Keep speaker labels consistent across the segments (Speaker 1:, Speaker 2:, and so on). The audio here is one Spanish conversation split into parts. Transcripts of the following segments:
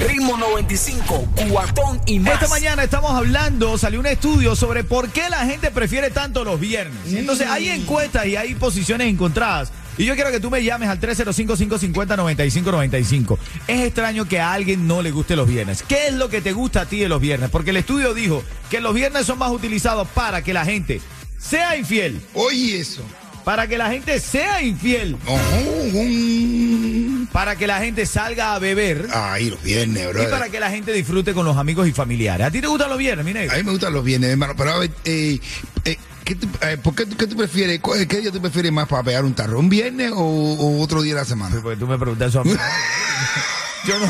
Speaker 1: Ritmo 95, cuatón y más.
Speaker 2: Esta mañana estamos hablando, salió un estudio sobre por qué la gente prefiere tanto los viernes. Entonces hay encuestas y hay posiciones encontradas. Y yo quiero que tú me llames al 305-550-9595. Es extraño que a alguien no le guste los viernes. ¿Qué es lo que te gusta a ti de los viernes? Porque el estudio dijo que los viernes son más utilizados para que la gente sea infiel.
Speaker 3: Oye eso.
Speaker 2: Para que la gente sea infiel.
Speaker 3: Ojo, um.
Speaker 2: Para que la gente salga a beber.
Speaker 3: Ay, los viernes, bro.
Speaker 2: Y para que la gente disfrute con los amigos y familiares. ¿A ti te gustan los viernes, mi negro?
Speaker 3: A mí me gustan los viernes, hermano. Pero a ver, eh, eh, ¿qué tú, eh, ¿por qué, tú- qué tú prefieres? ¿Cuál- ¿Qué día tú prefieres más para pegar un tarro? ¿Un viernes o, o otro día de la semana?
Speaker 2: Porque tú me preguntas eso a mí. Yo no,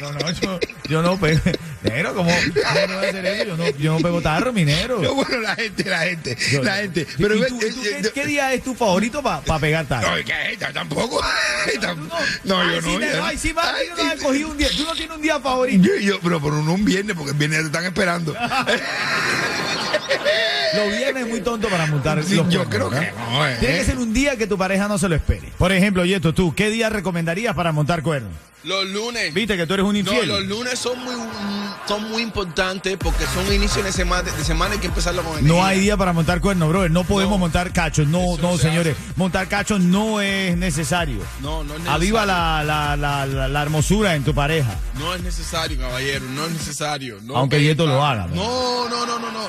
Speaker 2: no, no, yo, yo no pego. Negro, ¿cómo? ¿Cómo no voy a hacer eso? Yo no, yo no pego tarro, mi negro.
Speaker 3: No, bueno, la gente, la gente,
Speaker 2: Yo-
Speaker 3: la gente.
Speaker 2: ¿Y
Speaker 3: Pero
Speaker 2: tú-
Speaker 3: ve-
Speaker 2: y tú qué,
Speaker 3: eh, eh,
Speaker 2: qué día es tu favorito para pegar tarro?
Speaker 3: No, ¿qué? Yo tampoco. Tamp- No,
Speaker 2: Ay,
Speaker 3: yo
Speaker 2: sí,
Speaker 3: no.
Speaker 2: negro,
Speaker 3: yo no.
Speaker 2: Ay, sí, va,
Speaker 3: Ay,
Speaker 2: tú no has
Speaker 3: sí,
Speaker 2: cogido un día. Tú no tienes un día favorito.
Speaker 3: Yo, yo, pero por un, un viernes, porque el viernes te están esperando.
Speaker 2: Los viernes es muy tonto para montar
Speaker 3: Sí,
Speaker 2: los
Speaker 3: yo creo
Speaker 2: cuernos,
Speaker 3: que
Speaker 2: ¿no?
Speaker 3: no. eh.
Speaker 2: Tiene que ser un día que tu pareja no se lo espere. Por ejemplo, Yeto, tú, ¿qué día recomendarías para montar cuernos?
Speaker 4: Los lunes.
Speaker 2: Viste que tú eres un
Speaker 4: No,
Speaker 2: infiel.
Speaker 4: los lunes son muy, son muy importantes porque son inicios de semana, de semana hay que empezarlo con energía.
Speaker 2: No hay día para montar cuernos, brother. No podemos
Speaker 4: No.
Speaker 2: montar cachos. No,
Speaker 4: Eso
Speaker 2: no,
Speaker 4: no se
Speaker 2: señores. Montar cachos no es necesario.
Speaker 4: No, no es necesario.
Speaker 2: Aviva la, la, la, la- la hermosura en tu pareja.
Speaker 4: No es necesario, caballero, no es necesario. No,
Speaker 2: Aunque
Speaker 4: que-
Speaker 2: Yeto lo haga, ¿no?
Speaker 4: No, no, no, no, no.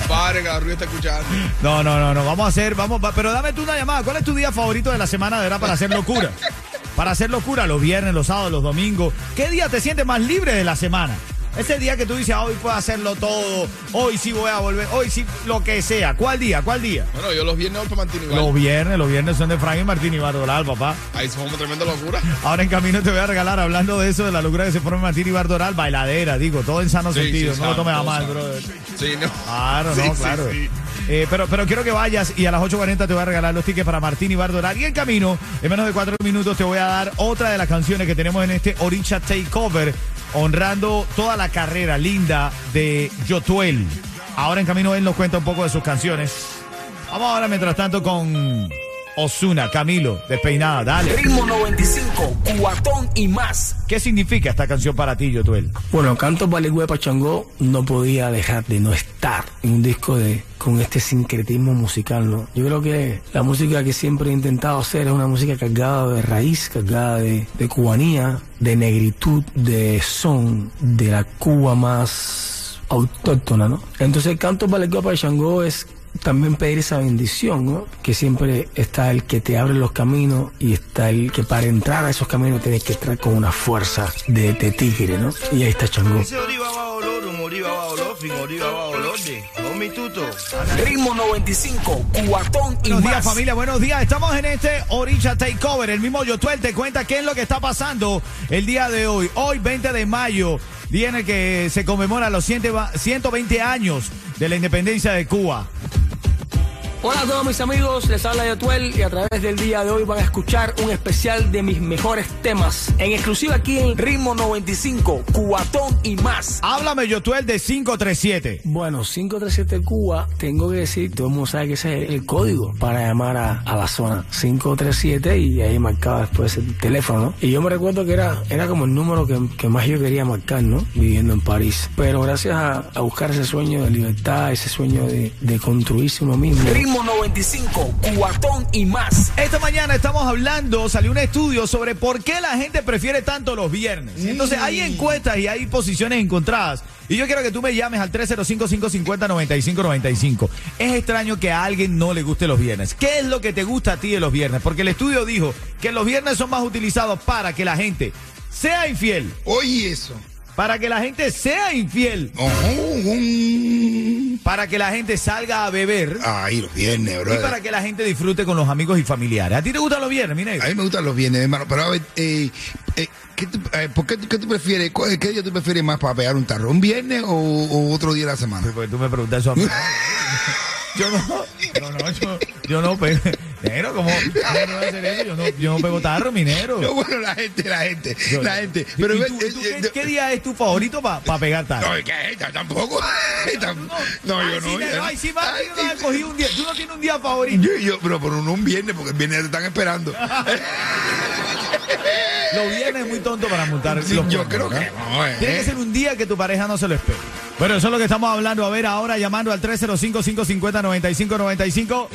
Speaker 4: Compadre, Garrullo está escuchando.
Speaker 2: No, no, no, no. Vamos a hacer, vamos, va- pero dame tú una llamada. ¿Cuál es tu día favorito de la semana de verdad para hacer locura? Para hacer locura, los viernes, los sábados, los domingos. ¿Qué día te sientes más libre de la semana? Ese día que tú dices, "Ah, hoy puedo hacerlo todo, hoy sí voy a volver, hoy sí lo que sea. ¿Cuál día? ¿Cuál día?
Speaker 4: Bueno, yo los viernes voy para Martín igual.
Speaker 2: Los viernes, los viernes son de Frank y Martín y Bardoral, papá.
Speaker 4: Ahí somos tremenda locura.
Speaker 2: Ahora en camino te voy a regalar, hablando de eso, de la locura que se forma Martín y Bardoral, bailadera, digo, todo en sano
Speaker 4: Sí,
Speaker 2: sentido,
Speaker 4: sí,
Speaker 2: no lo
Speaker 4: sabe,
Speaker 2: tomes a
Speaker 4: todo
Speaker 2: mal,
Speaker 4: sabe.
Speaker 2: brother.
Speaker 4: Sí, no.
Speaker 2: Claro,
Speaker 4: Sí,
Speaker 2: no,
Speaker 4: sí,
Speaker 2: claro.
Speaker 4: sí.
Speaker 2: Eh, pero, pero quiero que vayas y a las 8.40 te voy a regalar los tickets para Martín y Bardoral. Y en camino, en menos de cuatro minutos, te voy a dar otra de las canciones que tenemos en este Orincha Takeover, honrando toda la carrera linda de Yotuel. Ahora en camino él nos cuenta un poco de sus canciones. Vamos ahora, mientras tanto, con Osuna, Camilo, despeinada, dale.
Speaker 1: Ritmo 95, cuatón y más.
Speaker 2: ¿Qué significa esta canción para ti, Yotuel?
Speaker 5: Bueno, Canto Paligüe Pachangó no podía dejar de no estar en un disco de con este sincretismo musical, ¿no? Yo creo que la música que siempre he intentado hacer es una música cargada de raíz, cargada de, de cubanía, de negritud, de son, de la Cuba más autóctona, ¿no? Entonces el Canto Paligüe Pachangó es también pedir esa bendición, ¿no? Que siempre está el que te abre los caminos y está el que para entrar a esos caminos tienes que entrar con una fuerza de, de tigre, ¿no? Y ahí está Changó.
Speaker 6: Ese Oriba va a olor, un Oriba va a olor, fin Oriba va a olor de un mituto.
Speaker 1: Ritmo 95, cuatón y más.
Speaker 2: Buenos días familia, buenos días. Estamos en este Orincha Takeover. El mismo Yotuel te cuenta qué es lo que está pasando el día de hoy. Hoy 20 de mayo, día en el que se conmemora los 100 va- 120 años de la independencia de Cuba.
Speaker 5: Hola a todos mis amigos, les habla Yotuel y a través del día de hoy van a escuchar un especial de mis mejores temas. En exclusiva aquí en...
Speaker 1: Ritmo 95, cuatón y más.
Speaker 2: Háblame Yotuel de 537.
Speaker 5: Bueno, 537 Cuba, tengo que decir, todo el mundo sabe que ese es el código para llamar a, a la zona. 537 y ahí marcaba después el teléfono, ¿no? Y yo me recuerdo que era, era como el número que, que más yo quería marcar, ¿no? Viviendo en París. Pero gracias a, a buscar ese sueño de libertad, ese sueño de, de construirse uno mismo.
Speaker 1: Ritmo 95, cuatón y más.
Speaker 2: Esta mañana estamos hablando, salió un estudio sobre por qué la gente prefiere tanto los viernes. Entonces hay encuestas y hay posiciones encontradas. Y yo quiero que tú me llames al 305-550-9595. Es extraño que a alguien no le guste los viernes. ¿Qué es lo que te gusta a ti de los viernes? Porque el estudio dijo que los viernes son más utilizados para que la gente sea infiel.
Speaker 3: Oye eso.
Speaker 2: Para que la gente sea infiel.
Speaker 3: Ojo, um.
Speaker 2: Para que la gente salga a beber.
Speaker 3: Ay, los viernes, bro.
Speaker 2: Y para que la gente disfrute con los amigos y familiares. ¿A ti te gustan los viernes, mi negro?
Speaker 3: A mí me gustan los viernes, hermano. Pero a ver, eh, eh, ¿qué tú, eh, ¿por qué, tú- qué tú prefieres? cuál- ¿Qué día tú prefieres más para pegar un tarro? ¿Un viernes o, o otro día de la semana?
Speaker 2: Porque tú me preguntas eso a mí. Yo no, no, no, yo, yo no pego. Negro, ¿cómo? Negro, no hacer eso. Yo no, yo no pego tarro, mi negro.
Speaker 3: No, bueno, la gente, la gente,
Speaker 2: Yo-
Speaker 3: la gente.
Speaker 2: ¿Y
Speaker 3: Pero
Speaker 2: tú-
Speaker 3: ve-
Speaker 2: y tú
Speaker 3: eh,
Speaker 2: qué,
Speaker 3: eh,
Speaker 2: qué día es tu favorito para pegar tarro?
Speaker 3: no, ¿qué? Yo tampoco. Tam- No,
Speaker 2: Ay,
Speaker 3: yo
Speaker 2: sí, negro,
Speaker 3: no. yo no.
Speaker 2: Ay, sí, Martín,
Speaker 3: Ay,
Speaker 2: no has
Speaker 3: sí,
Speaker 2: cogido un día. Tú no tienes un día favorito.
Speaker 3: Yo, yo, pero por un, un viernes, porque el viernes te están esperando.
Speaker 2: Los viernes es muy tonto para montar
Speaker 3: Sí,
Speaker 2: los
Speaker 3: yo
Speaker 2: cuernos,
Speaker 3: creo
Speaker 2: ¿verdad?
Speaker 3: que no, eh.
Speaker 2: Tiene que ser un día que tu pareja no se lo espere. Bueno, eso es lo que estamos hablando. A ver, ahora llamando al 305-550-9595.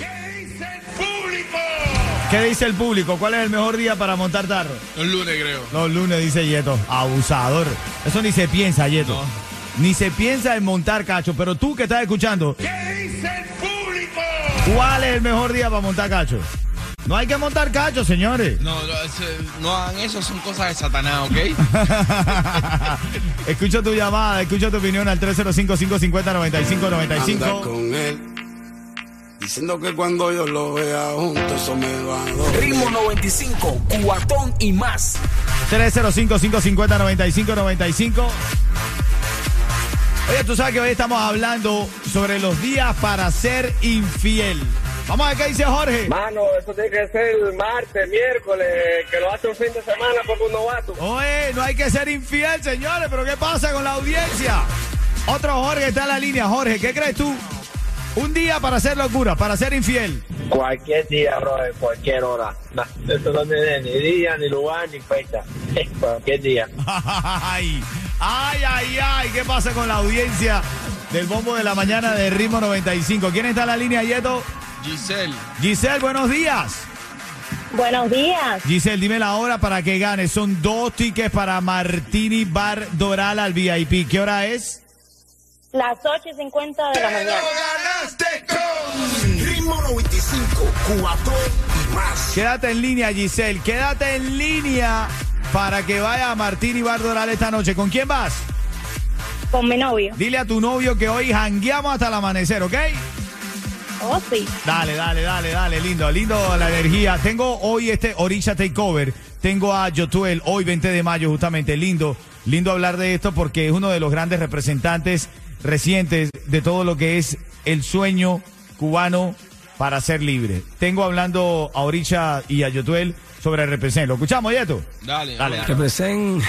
Speaker 2: ¿Qué dice el público? ¿Cuál es el mejor día para montar tarro?
Speaker 4: Un lunes, creo.
Speaker 2: Los lunes, dice Yeto. Abusador. Eso ni se piensa, Yeto. Ni se piensa en montar cacho. Pero tú que estás escuchando. ¿Qué dice el público? ¿Cuál es el mejor día para montar cacho? No hay que montar cacho, señores.
Speaker 4: No, no, ese- no hagan eso, son cosas de Satanás, ¿ok?
Speaker 2: Escucha tu llamada, escucha tu opinión al 305-550-9595.
Speaker 7: con él. Diciendo que cuando yo lo vea juntos, eso me va a doler.
Speaker 1: Ritmo 95, cuatón y más.
Speaker 2: 305-550-9595. Oye, tú sabes que hoy estamos hablando sobre los días para ser infiel. Vamos a ver qué dice Jorge.
Speaker 8: Mano, eso tiene que ser el martes, miércoles, que lo hace un fin de semana porque un novato.
Speaker 2: Oye, no hay que ser infiel, señores, pero ¿qué pasa con la audiencia? Otro Jorge está en la línea. Jorge, ¿qué crees tú? Un día para hacer locura, para ser infiel.
Speaker 8: Cualquier día, brother, cualquier hora. Nah, eso no tiene ni día, ni lugar, ni fecha. cualquier día.
Speaker 2: Ay, ay, ay, ay, ¿qué pasa con la audiencia del bombo de la mañana de Ritmo 95? ¿Quién está en la línea, Yeto?
Speaker 4: Giselle,
Speaker 2: Giselle, buenos días.
Speaker 9: Buenos días.
Speaker 2: Giselle, dime la hora para que gane. Son dos tickets para Martini Bar Doral al VIP. ¿Qué hora es?
Speaker 9: Las 8 y 50 de la mañana.
Speaker 3: ganaste con.
Speaker 1: Ritmo 95, cuatón y más.
Speaker 2: Quédate en línea, Giselle. Quédate en línea para que vaya a Martini Bar Doral esta noche. ¿Con quién vas?
Speaker 9: Con mi novio.
Speaker 2: Dile a tu novio que hoy jangueamos hasta el amanecer, ¿ok?
Speaker 9: Oh, sí.
Speaker 2: Dale, dale, dale, dale, lindo, lindo la energía. Tengo hoy este Orisha Takeover, tengo a Yotuel, hoy 20 de mayo justamente, lindo, lindo hablar de esto porque es uno de los grandes representantes recientes de todo lo que es el sueño cubano para ser libre. Tengo hablando a Orisha y a Yotuel sobre represent. ¿Lo escuchamos, Yeto?
Speaker 4: dale.
Speaker 2: Dale, dale.
Speaker 5: Represent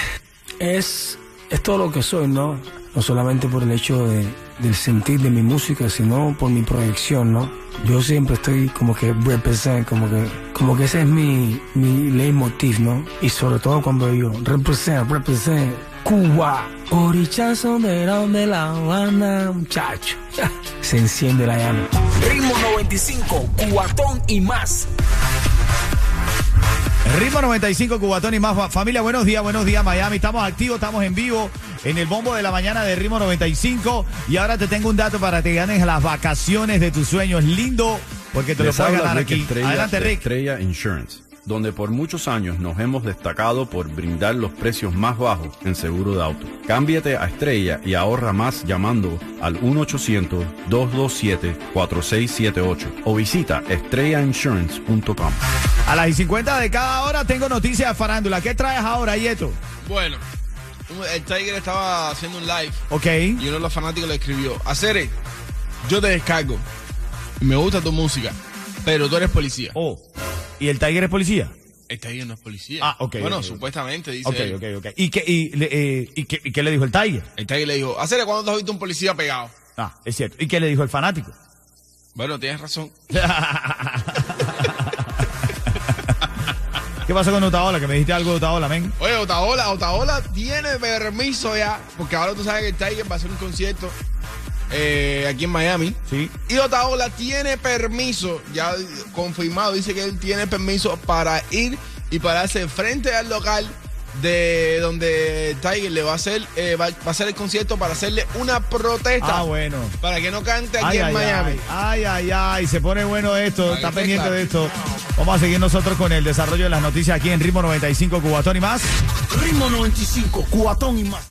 Speaker 5: es, es todo lo que soy, ¿no? No solamente por el hecho de- del sentir de mi música, sino por mi proyección, ¿no? Yo siempre estoy como que represent, como que, como que ese es mi, mi leitmotiv, ¿no? Y sobre todo cuando digo represent, represent, Cuba, orichazo de la Habana, muchacho. Se enciende la llama.
Speaker 1: Ritmo 95, cuatón y más.
Speaker 2: Ritmo 95, Cubatón y más. Familia, buenos días, buenos días, Miami. Estamos activos, estamos en vivo en el bombo de la mañana de Ritmo 95. Y ahora te tengo un dato para que ganes las vacaciones de tus sueños. Lindo, porque te
Speaker 10: Les
Speaker 2: lo puedes
Speaker 10: habla
Speaker 2: ganar
Speaker 10: Rick
Speaker 2: aquí.
Speaker 10: Estrella
Speaker 2: Adelante,
Speaker 10: de
Speaker 2: Rick.
Speaker 10: Estrella Insurance, donde por muchos años nos hemos destacado por brindar los precios más bajos en seguro de auto. Cámbiate a Estrella y ahorra más llamando al 1-800-227-4678 o visita estrellainsurance.com.
Speaker 2: A las y 50 de cada hora tengo noticias de farándula. ¿Qué traes ahora, Yeto?
Speaker 4: Bueno, un- el Tiger estaba haciendo un live
Speaker 2: Ok.
Speaker 4: y uno de los fanáticos le escribió, Acere, yo te descargo y me gusta tu música, pero tú eres policía.
Speaker 2: Oh. ¿Y el Tiger es policía?
Speaker 4: El Tiger no es policía.
Speaker 2: Ah, ok,
Speaker 4: Bueno,
Speaker 2: ok.
Speaker 4: supuestamente dice
Speaker 2: Ok,
Speaker 4: él.
Speaker 2: ok, ok. ¿Y qué, y, le- eh, y qué- y qué le dijo el Tiger?
Speaker 4: El Tiger le dijo, Acere, ¿cuándo te has visto un policía pegado?
Speaker 2: Ah, es cierto. ¿Y qué le dijo el fanático?
Speaker 4: Bueno, tienes razón.
Speaker 2: ¿Qué pasó con Otaola? Que me dijiste algo de Otaola, men.
Speaker 4: Oye, Otaola, Otaola tiene permiso ya, porque ahora tú sabes que el Tiger va a hacer un concierto eh, aquí en Miami.
Speaker 2: Sí.
Speaker 4: Y Otaola tiene permiso, ya confirmado, dice que él tiene permiso para ir y pararse frente al local de donde Tiger le va a hacer, eh, va, va a hacer el concierto para hacerle una protesta
Speaker 2: Ah, bueno.
Speaker 4: para que no cante aquí
Speaker 2: Ay,
Speaker 4: en
Speaker 2: ay,
Speaker 4: Miami.
Speaker 2: ay, ay, ay, ay, se pone bueno esto,
Speaker 4: Ay,
Speaker 2: está
Speaker 4: qué
Speaker 2: pendiente
Speaker 4: claro.
Speaker 2: de esto. Vamos a seguir nosotros con el desarrollo de las noticias aquí en Ritmo 95 Cubatón y más.
Speaker 1: Ritmo 95, cuatón y más.